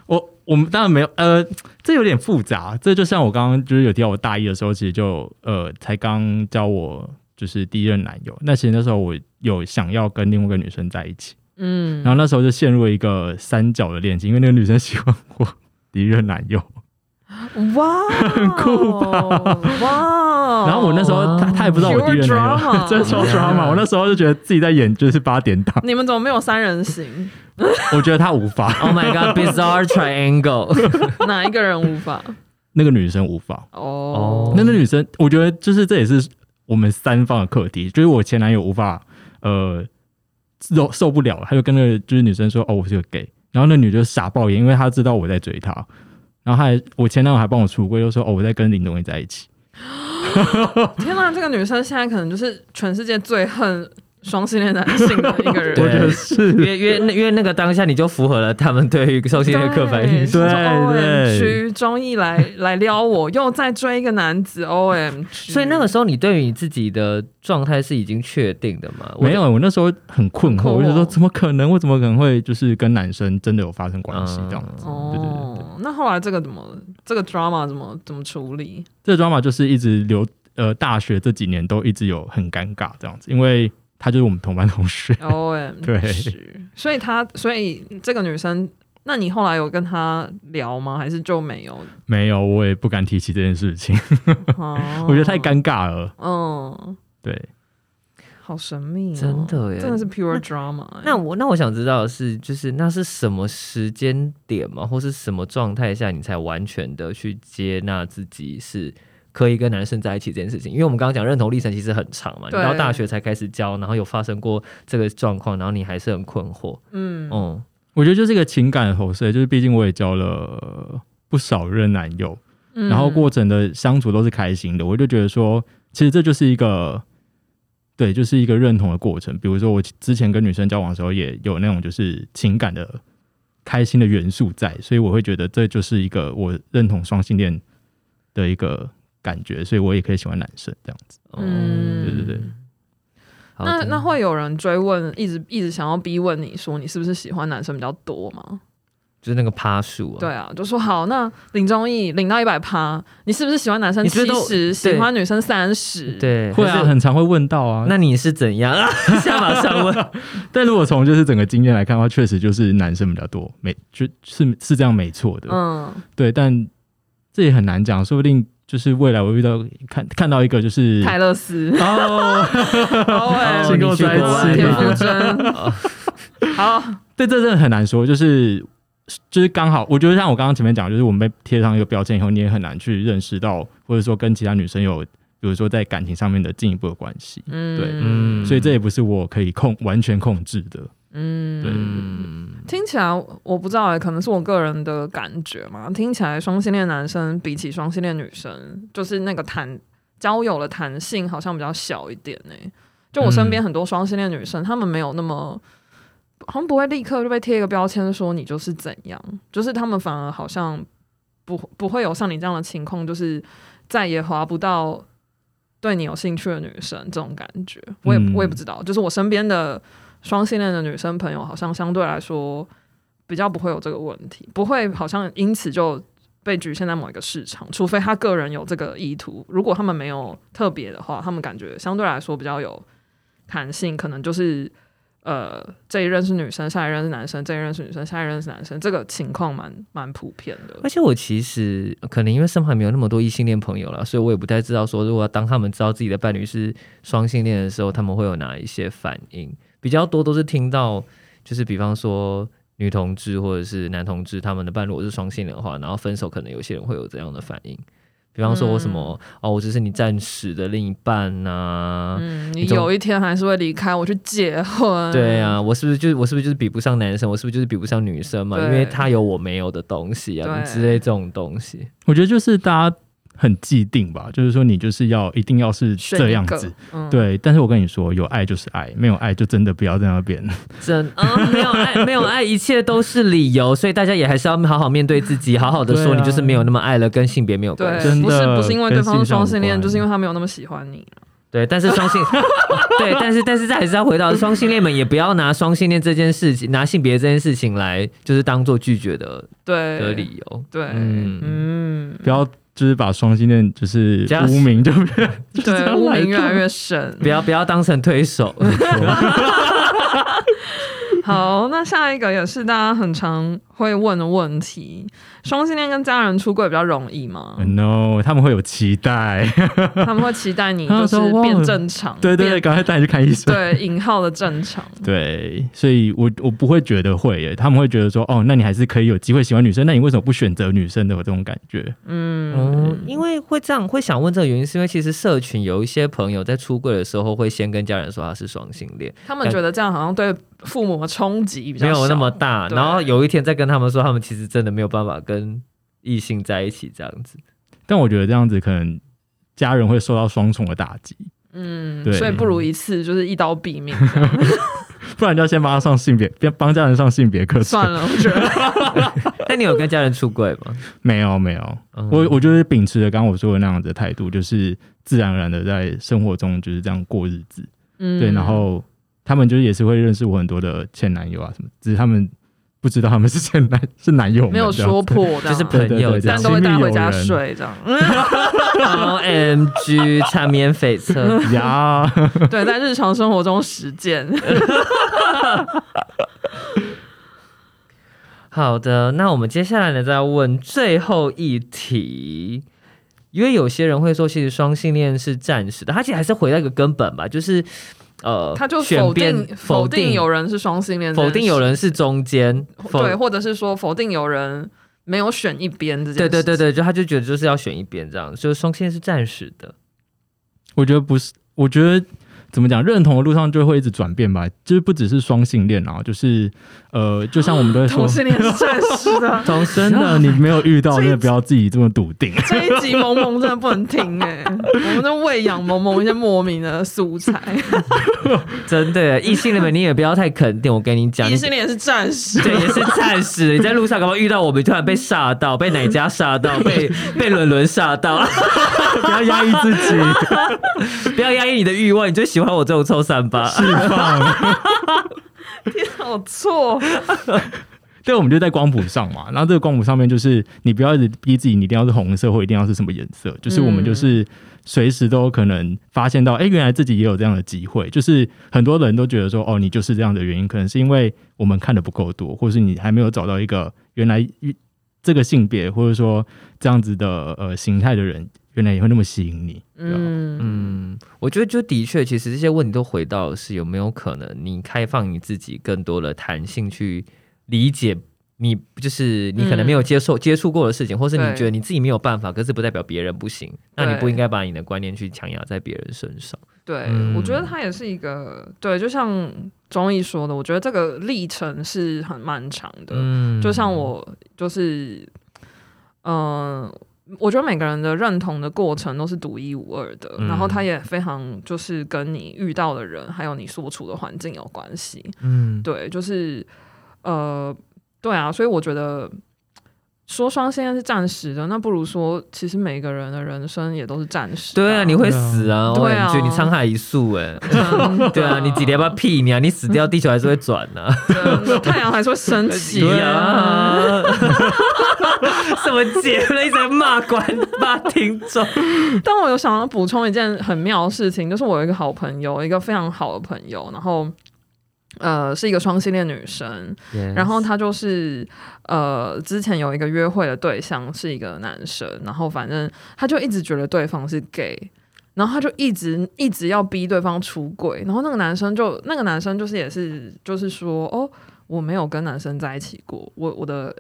Speaker 3: 我我们当然没有，呃，这有点复杂。这就像我刚刚就是有提到，我大一的时候其实就呃才刚交我就是第一任男友。那其实那时候我有想要跟另外一个女生在一起，
Speaker 2: 嗯
Speaker 3: 然，后那时候就陷入了一个三角的恋情，因为那个女生喜欢我第一任男 友。
Speaker 2: 哇，很酷吧？哇！哦
Speaker 3: 然后我那时候她她也不知道我第一任男
Speaker 2: Pure drama
Speaker 3: 友，真的超 drama。我那时候就觉得自己在演就是八点档，
Speaker 2: 你们怎么没有三人行？
Speaker 3: 我觉得她无 法，
Speaker 1: Oh my god, bizarre triangle！
Speaker 2: 哪一个人无法？
Speaker 3: 那个女生无法。
Speaker 2: 哦
Speaker 1: 哦，
Speaker 3: 那那女生，我觉得就是这也是我们三方的课题，就是我前男友无法呃受受不了，他就跟那个就是女生说哦我是个 gay，然后那女就傻爆眼，因为她知道我在追她，然后她还我前男友还帮我出柜，就说哦我在跟林东伟在一起，
Speaker 2: 天哪！这个女生现在可能就是全世界最恨双性恋男性的一 个人。
Speaker 3: 我
Speaker 1: 对
Speaker 3: 觉得是
Speaker 1: 约约那约那个当下，你就符合了他们对于双性恋的刻板印象。
Speaker 2: 对
Speaker 3: 对对
Speaker 2: ，OMG，终于来来撩我，又再追一个男子，OMG。
Speaker 1: 所以那个时候，你对于你自己的状态是已经确定的吗？我
Speaker 3: 没有，我那时候很困惑，
Speaker 2: 困惑
Speaker 3: 我就说怎么可能？我怎么可能会就是跟男生真的有发生关系
Speaker 1: 嗯
Speaker 3: 这样子？对对对对，
Speaker 2: 哦，那后来这个怎么这个 drama 怎么怎么处理？
Speaker 3: 这个 drama 就是一直留呃大学这几年都一直有很尴尬这样子，因为他就是我们同班同学，
Speaker 2: O M
Speaker 3: 对
Speaker 2: 所以她，所以这个女生，那你后来有跟她聊吗？还是就没有？
Speaker 3: 没有，我也不敢提起这件事情，
Speaker 2: 哦
Speaker 3: 我觉得太，尴尬了。
Speaker 2: 嗯，
Speaker 3: 对，
Speaker 2: 好神秘、哦，
Speaker 1: 真的耶
Speaker 2: 真 的是 pure drama 哎耶、
Speaker 1: 那我那我想知道的是，就是那是什么时间点吗？或是什么状态下你才完全的去接纳自己是可以跟男生在一起这件事情？因为我们刚刚讲认同历程其实很长嘛，你
Speaker 2: 对
Speaker 1: 到大学才开始交，然后有发生过这个状况，然后你还是很困惑。
Speaker 2: 嗯，
Speaker 1: 嗯，
Speaker 3: 我觉得就是一个情感的投射，就是毕竟我也交了不少任男友，
Speaker 2: 嗯
Speaker 3: 然后过程的相处都是开心的，我就觉得说，其实这就是一个，对，就是一个认同的过程。比如说我之前跟女生交往的时候，也有那种就是情感的开心的元素在，所以我会觉得这就是一个我认同双性恋的一个感觉，所以我也可以喜欢男生这样子。
Speaker 2: 嗯
Speaker 3: 对对对，
Speaker 1: 好
Speaker 2: 那
Speaker 1: 的
Speaker 2: 那会有人追问，一直一直想要逼问你说你是不是喜欢男生比较多吗？
Speaker 1: 就是那个趴数啊，
Speaker 2: 对，啊，就说好，那林中义领到一百趴，你是不是喜欢男生
Speaker 1: 你是不
Speaker 2: 七
Speaker 1: 是都
Speaker 2: 十，喜
Speaker 1: 对
Speaker 2: 欢女生三十？，
Speaker 1: 对，
Speaker 3: 会
Speaker 1: 可
Speaker 3: 啊，
Speaker 1: 是
Speaker 3: 很常会问到啊。
Speaker 1: 那你是怎样 啊？下马上 问，
Speaker 3: 但如果从就是整个经验来看的话，确实就是男生比较多，没就是是这样没错的。
Speaker 2: 嗯，
Speaker 3: 对，但这也很难讲，说不定就是未来我遇到 看看到一个就是，
Speaker 2: 泰勒斯
Speaker 3: 哦，
Speaker 2: 哦
Speaker 3: 请跟我
Speaker 1: 你去
Speaker 3: 在一
Speaker 1: 国外
Speaker 3: 起
Speaker 2: 田
Speaker 1: 吧
Speaker 2: 馥甄，
Speaker 1: 哦
Speaker 2: 好，
Speaker 3: 对，这真的很难说，就是就是刚好，我觉得像我刚刚前面讲，就是我们被贴上一个标签以后，你也很难去认识到，或者说跟其他女生有，比如说在感情上面的进一步的关系，
Speaker 2: 嗯，
Speaker 3: 对
Speaker 2: 嗯
Speaker 3: 所以这也不是我可以控完全控制的。
Speaker 2: 嗯，
Speaker 3: 对
Speaker 1: 嗯
Speaker 2: 听起来我不知道、欸，可能是我个人的感觉嘛。听起来双性恋男生比起双性恋女生，就是那个弹交友的弹性好像比较小一点呢、就我身边很多双性恋女生，她们没有那么，好像不会立刻就被贴一个标签说你就是怎样，就是她们反而好像不不会有像你这样的情况，就是再也划不到对你有兴趣的女生这种感觉。我也、
Speaker 3: 嗯
Speaker 2: 我也不知道，就是我身边的双性恋的女生朋友，好像相对来说比较不会有这个问题，不会好像因此就被局限在某一个市场，除非他个人有这个意图。如果他们没有特别的话，他们感觉相对来说比较有弹性，可能就是。呃，这一任是女生，下一任是男生，这一任是女生，下一任是男生，这个情况蛮蛮普遍的。
Speaker 1: 而且我其实可能因为身旁没有那么多异性恋朋友了，所以我也不太知道说，如果当他们知道自己的伴侣是双性恋的时候，他们会有哪一些反应。比较多都是听到，就是比方说女同志或者是男同志，他们的伴侣如果是双性恋的话，然后分手，可能有些人会有这样的反应。比方说我什么、哦，我只是你暂时的另一半
Speaker 3: 啊
Speaker 1: 呐、
Speaker 2: 嗯，
Speaker 1: 你
Speaker 2: 你
Speaker 1: 总
Speaker 2: 有一天还是会离开我去结婚。
Speaker 1: 对啊，我是不是就是我是不是就是比不上男生，我是不是就是比不上女生嘛？
Speaker 2: 对
Speaker 1: 因为他有我没有的东西啊，
Speaker 2: 对
Speaker 1: 之类这种东西。
Speaker 3: 我觉得就是大家很既定吧，就是说你就是要一定要是
Speaker 2: 选
Speaker 3: 这样
Speaker 2: 一个
Speaker 3: 子。，
Speaker 2: 嗯，
Speaker 3: 对，但是我跟你说，有爱就是爱，没有爱就真的不要在那边。
Speaker 2: 嗯
Speaker 1: 真 啊、没有 爱，没有爱，一切都是理由，所以大家也还是要好好面对自己，好好的说，
Speaker 3: 对啊
Speaker 1: 你就是没有那么爱了，跟性别没有关系。
Speaker 2: 对，
Speaker 3: 真
Speaker 2: 不是
Speaker 3: 的
Speaker 2: 不是因为
Speaker 3: 跟
Speaker 2: 对方
Speaker 3: 性
Speaker 2: 是
Speaker 3: 向
Speaker 2: 双
Speaker 3: 无
Speaker 2: 性恋，
Speaker 3: 关
Speaker 2: 就是因为他没有那么喜欢你。
Speaker 1: 对， 但是双性，对，但是但是这还是要回到双性恋们，也不要拿双性恋这件事情，拿性别这件事情来就是当做拒绝的
Speaker 2: 对，
Speaker 1: 的理由。
Speaker 2: 对，
Speaker 1: 嗯
Speaker 2: 嗯，
Speaker 3: 不要就是把双性恋就是
Speaker 1: 加
Speaker 3: 污 名就变，就这
Speaker 2: 对，
Speaker 3: 样
Speaker 2: 污
Speaker 3: 来
Speaker 2: 名越
Speaker 3: 的
Speaker 2: 来越 深。
Speaker 1: 不要不要当成推手，
Speaker 2: 好，那下一个也是大家很常会问的问题：双性恋跟家人出柜比较容易吗？
Speaker 3: No，他们会有期 待。
Speaker 2: 他们会期待你
Speaker 3: 他
Speaker 2: 就
Speaker 3: 们
Speaker 2: 是
Speaker 3: 说哇
Speaker 2: 变正常，
Speaker 3: 对对对，
Speaker 2: 变
Speaker 3: 赶快带你去看医生。
Speaker 2: 对引号的正常。
Speaker 3: 对，所以我我不会觉得会耶，他们会觉得说，哦，那你还是可以有机会喜欢女生，那你为什么不选择女生的这种感觉？
Speaker 2: 嗯
Speaker 1: 哦，因为会这样会想问这个原因，是因为其实社群有一些朋友在出柜的时候会先跟家人说他是双性恋，
Speaker 2: 他们觉得这样好像对父母的冲击比较
Speaker 1: 没有那
Speaker 2: 小
Speaker 1: 么大，
Speaker 2: 对
Speaker 1: 然后有一天再跟他们说，他们其实真的没有办法跟异性在一起这样子。
Speaker 3: 但我觉得这样子可能家人会受到双重的打击，
Speaker 2: 嗯，
Speaker 3: 对
Speaker 2: 所以不如一次就是一刀毙命。
Speaker 3: 不然就要先帮他上性别，帮帮家人上性别课程。
Speaker 2: 算 了，我觉得
Speaker 1: 那你有跟家人出柜吗？
Speaker 3: 没有没有，
Speaker 1: 嗯
Speaker 3: 我我就是秉持着刚刚我说的那样子的态度，就是自然而然的在生活中就是这样过日子。
Speaker 2: 嗯，
Speaker 3: 对，然后他们就是也是会认识我很多的前男友啊什么，只是他们不知道他们是前男是男友们
Speaker 2: 没有
Speaker 3: 这样
Speaker 2: 说破，这样
Speaker 1: 就是
Speaker 3: 对对
Speaker 1: 朋友
Speaker 3: 对
Speaker 1: 这样
Speaker 2: 但都会
Speaker 3: 对
Speaker 2: 带回家
Speaker 3: 亲密友
Speaker 2: 睡
Speaker 3: 人
Speaker 2: 这样。
Speaker 1: O M G，缠绵悱恻。
Speaker 3: 呀，
Speaker 2: 对，在日常生活中实践。
Speaker 1: 好的，那我们接下来呢，再要问最后一题。因为有些人会说，其实双性恋是暂时的，他其实还是回到一个根本吧，就是呃，
Speaker 2: 他就
Speaker 1: 选
Speaker 2: 否
Speaker 1: 边
Speaker 2: 定
Speaker 1: 否
Speaker 2: 定
Speaker 1: 定
Speaker 2: 有人是双性恋这件
Speaker 1: 否
Speaker 2: 事，
Speaker 1: 定有人是中间，否
Speaker 2: 对，或者是说否定有人没有选一边这件
Speaker 1: 对对对
Speaker 2: 事
Speaker 1: 对，就他就觉得就是要选一边这样，就是双性恋是暂时的。，
Speaker 3: 我觉得不是，我觉得怎么讲，认同的路上就会一直转变吧，就是不只是双性恋啊，就是呃，就像我们都会
Speaker 2: 情。同
Speaker 3: 说，
Speaker 2: 性恋是暂时的
Speaker 1: 同
Speaker 3: 真的你没有遇到，真的不要自己这么笃定。
Speaker 2: 这一集萌萌真的不能听 哎、我们在喂养萌萌一些莫名的素材。
Speaker 1: 真的异性恋们，你也不要太肯定。我跟你讲，
Speaker 2: 异
Speaker 1: 你
Speaker 2: 性恋也是暂时
Speaker 1: 对，也是暂时的。你在路上，搞不好遇到我们，突然被吓到，被哪家吓到， 被被伦伦吓到。
Speaker 3: 不要压抑自己，
Speaker 1: 不要压抑你的欲望，你就喜欢我这种臭三八。
Speaker 3: 释放。
Speaker 2: 好啊错，
Speaker 3: 啊对，我们就在光谱上嘛，然后这个光谱上面就是你不要一直逼自己，你一定要是红色或一定要是什么颜色，就是我们就是随时都有可能发现到，哎、原来自己也有这样的机会。就是很多人都觉得说，哦，你就是这样的原因，可能是因为我们看的不够多，或是你还没有找到一个原来这个性别或者说这样子的呃形态的人，原来也会那么吸引你。嗯，
Speaker 2: 嗯，
Speaker 1: 嗯，我觉得就的确，其实这些问题都回到是有没有可能你开放你自己更多的弹性去理解你，就是你可能没有接受、接触过的事情，或是你
Speaker 2: 对
Speaker 1: 嗯觉得你自己没有办法，可是不代表别人不行，那你
Speaker 2: 对
Speaker 1: 不应该把你的观念去强压在别人身上。
Speaker 2: 对，
Speaker 1: 嗯
Speaker 2: 我觉得他也是一个对，就像综艺说的，我觉得这个历程是很漫长的。
Speaker 1: 嗯
Speaker 2: 就像，我就是，嗯、我觉得每个人的认同的过程都是独一无二的，
Speaker 1: 嗯
Speaker 2: 然后它也非常就是跟你遇到的人，还有你所处的环境有关系。
Speaker 1: 嗯，
Speaker 2: 对，就是呃，对啊，所以我觉得说双性恋是暂时的，那不如说其实每个人的人生也都是暂时的、
Speaker 1: 对啊，你会死啊！
Speaker 2: 对啊
Speaker 1: OMG，你沧海一粟 哎、
Speaker 2: 真的
Speaker 1: 对啊，你几年吧屁你啊！你死掉，地球还是会转呢、啊。
Speaker 2: 真的太 阳还是会升起
Speaker 1: 对啊， 什么结论一直在骂观骂听众？
Speaker 2: 但我有想要补充一件很妙的事情，就是我有一个好朋友，一个非常好的朋友，然后呃是一个双性恋女生，然后她就是呃之前有一个约会的对象是一个男生，然后反正她就一直觉得对方是 gay。然后她就一直一直要逼对方出轨，然后那个男生就那个男生就是也是就是说哦，我没有跟男生在一起过，我我的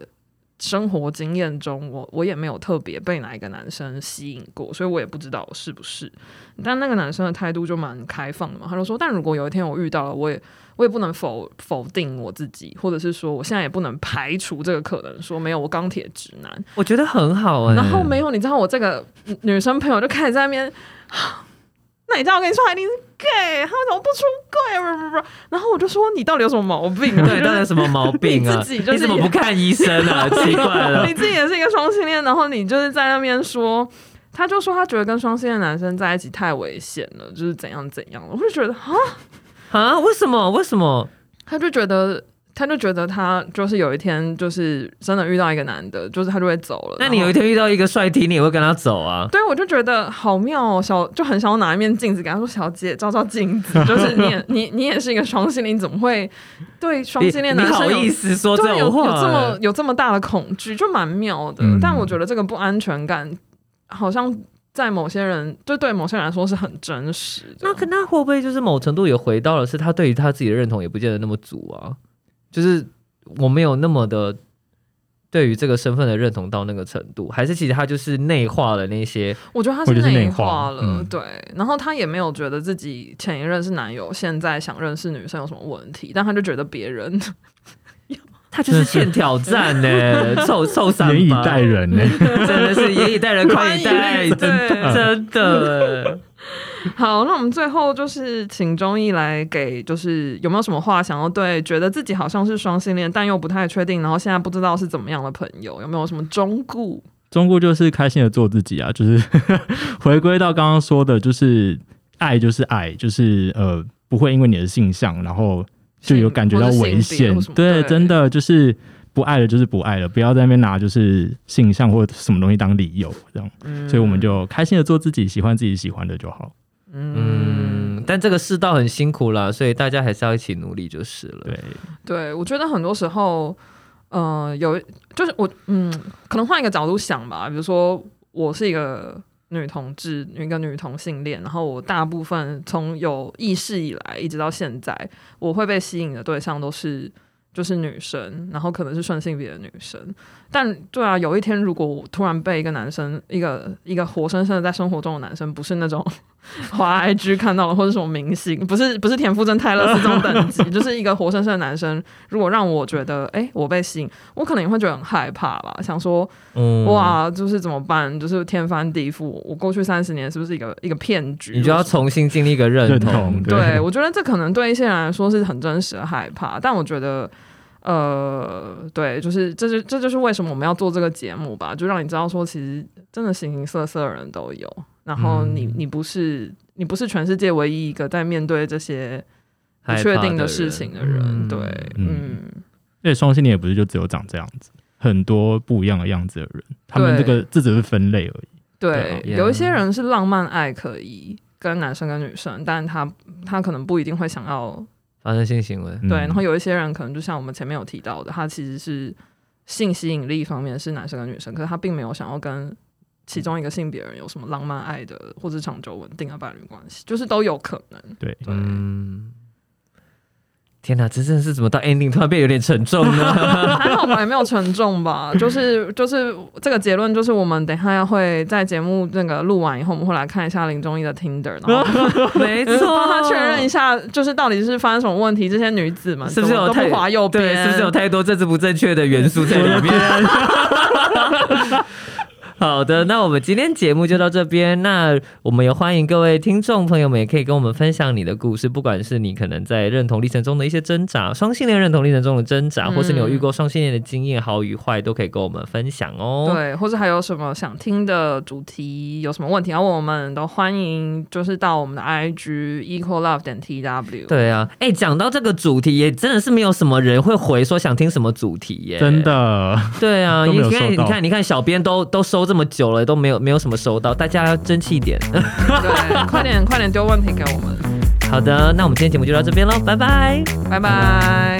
Speaker 2: 生活经验中，我我也没有特别被哪一个男生吸引过，所以我也不知道我是不是。但那个男生的态度就蛮开放的嘛，他就说，但如果有一天我遇到了，我也我也不能否否定我自己，或者是说我现在也不能排除这个可能，说没有我钢铁直男。
Speaker 1: 我觉得很好哎、
Speaker 2: 然后没有，你知道我这个女女生朋友就开始在那边。啊那你知道我跟你说，他一定是 gay，他怎么不出柜？不不不，然后我就说你到底有什么毛 病？
Speaker 1: 对，到底 有什么毛病啊？
Speaker 2: 你自己就是
Speaker 1: 你怎么不看医生 啊？奇怪了
Speaker 2: 你，自己也是一个双性恋，然后你就是在那边说，他就说他觉得跟双性恋男生在一起太危险了，就是怎样怎样了。我就觉得啊，
Speaker 1: 啊？为什么？为什么？
Speaker 2: 他就觉得。他就觉得他就是有一天就是真的遇到一个男的，就是他就会走了。
Speaker 1: 那你有一
Speaker 2: 天，
Speaker 1: 天遇到一个帅 T，你也会跟他走啊？
Speaker 2: 对我就觉得好妙哦，小就很想要拿一面镜子给他说：“小姐，照照镜子，就是你 也你你也是一个双性恋，你怎么会对双性恋
Speaker 1: 你
Speaker 2: 男
Speaker 1: 你
Speaker 2: 生
Speaker 1: 好
Speaker 2: 有
Speaker 1: 意思说这
Speaker 2: 对，有
Speaker 1: 种话、
Speaker 2: 有这么有这么大的恐惧，就蛮妙的。
Speaker 1: 嗯
Speaker 2: 但我觉得这个不安全感，好像在某些人，就对某些人来说是很真实的。
Speaker 1: 那可那会不会就是某程度也回到了是他对于他自己的认同也不见得那么足啊？就是我没有那么的对于这个身份的认同到那个程度，还是其实他就是内化了那些
Speaker 2: 我觉得他
Speaker 3: 我觉得是内
Speaker 2: 内
Speaker 3: 化
Speaker 2: 了，
Speaker 3: 嗯
Speaker 2: 对。然后他也没有觉得自己前一任是男友，现在想认识女生有什么问题，但他就觉得别人
Speaker 1: 他就是 欠挑战呢、臭臭三八
Speaker 3: 严以待，人呢、
Speaker 1: 真的是严以待人，宽以待
Speaker 2: 宽以
Speaker 1: 人，
Speaker 2: 对
Speaker 1: 真的真的。
Speaker 2: 好，那我们最后就是请中医来给，就是有没有什么话想要对觉得自己好像是双性恋，但又不太确定，然后现在不知道是怎么样的朋友，有没有什么忠固？
Speaker 3: 中顾就是开心的做自己啊， 就是回归到刚刚说的，就是爱就是爱，就是呃不会因为你的性向，然后就有感觉到
Speaker 2: 或
Speaker 3: 危险
Speaker 2: 者性别或什。么
Speaker 3: 对，
Speaker 2: 对
Speaker 3: 真的就是不爱了就是不爱了，不要在那边拿就是性向或什么东西当理由这样。
Speaker 2: 嗯
Speaker 3: 所以我们就开心的做自己，喜欢自己喜欢的就好。
Speaker 2: 嗯，
Speaker 1: 嗯，但这个世道很辛苦啦，所以大家还是要一起努力就是了。
Speaker 3: 对，
Speaker 2: 对，我觉得很多时候，呃，有就是我嗯，可能换一个角度想吧，比如说我是一个女同志，一个女同性恋，然后我大部分从有意识以来一直到现在，我会被吸引的对象都是。就是女生，然后可能是顺性别的女生，但对啊，有一天如果我突然被一个男生，一个一个活生生的在生活中的男生，不是那种滑 IG 看到了或者什么明星，不是不是田馥甄、泰勒斯这种 等级，就是一个活生生的男生，如果让我觉得，哎、我被吸引，我可能也会觉得很害怕吧，想说，
Speaker 1: 嗯，
Speaker 2: 哇，就是怎么办？就是天翻地覆，我过去三十年是不是一个一个骗局？
Speaker 1: 你就要重新经历一个认
Speaker 3: 认同对
Speaker 2: 对，我觉得这可能对一些人来说是很真实的害怕，但我觉得，呃，对，就是这就这就是为什么我们要做这个节目吧，就让你知道说，其实真的形形色色的人都有，然后你、你不是你不是全世界唯一一个在面对这些不
Speaker 1: 害
Speaker 2: 确
Speaker 1: 怕
Speaker 2: 定
Speaker 1: 的
Speaker 2: 的事情的
Speaker 1: 人
Speaker 2: 人，
Speaker 1: 嗯
Speaker 2: 对，
Speaker 3: 嗯
Speaker 2: 嗯
Speaker 3: 而且双性恋也不是就只有长这样子，很多不一样的样子的人，他们这个这只是分类而已。
Speaker 2: 对，
Speaker 1: 对
Speaker 2: 有一些人是浪漫爱可以跟男生跟女生，但他他可能不一定会想要
Speaker 1: 发生性行为。
Speaker 3: 嗯
Speaker 2: 对，然后有一些人可能就像我们前面有提到的，他其实是性吸引力方面是男生跟女生，可是他并没有想要跟其中一个性别人有什么浪漫爱的或是长久稳定的伴侣关系，就是都有可能。
Speaker 3: 对，
Speaker 1: 嗯，天哪，这真的是怎么到 ending 突然变有点沉重呢？
Speaker 2: 还好吧，也没有沉重吧，就是就是这个结论，就是我们等一下要会在节目那个录完以后，我们会来看一下林中医的 Tinder，然后
Speaker 1: 没错，
Speaker 2: 帮他确认一下，就是到底是发生什么问题，这些女子们
Speaker 1: 是不是有
Speaker 2: 怎么
Speaker 1: 太
Speaker 2: 都不滑右
Speaker 1: 对，
Speaker 2: 边，
Speaker 1: 是不是有太多政治不正确的元素在里面？ 好的，那我们今天节目就到这边。那我们也欢迎各位听众朋友们，也可以跟我们分享你的故事，不管是你可能在认同历程中的一些挣扎，双性恋认同历程中的挣扎，
Speaker 2: 嗯
Speaker 1: 或是你有遇过双性恋的经验，好与坏都可以跟我们分享哦。
Speaker 2: 对，或者还有什么想听的主题，有什么问题要问我们，都欢迎就是到我们的 IG equal love 点 tw。
Speaker 1: 对啊，哎、讲到这个主题，也真的是没有什么人会回说想听什么主题耶，
Speaker 3: 真。的，
Speaker 1: 对啊，
Speaker 3: 都没
Speaker 1: 你
Speaker 3: 有收
Speaker 1: 看，你
Speaker 3: 到
Speaker 1: 看，你看，小编都都收这么久了，都没有没有什么收到，大家要争气一点。
Speaker 2: 对，快点快点丢问题给我们，
Speaker 1: 呃好的，那我们今天节目就到这边喽，拜拜。
Speaker 2: 拜拜。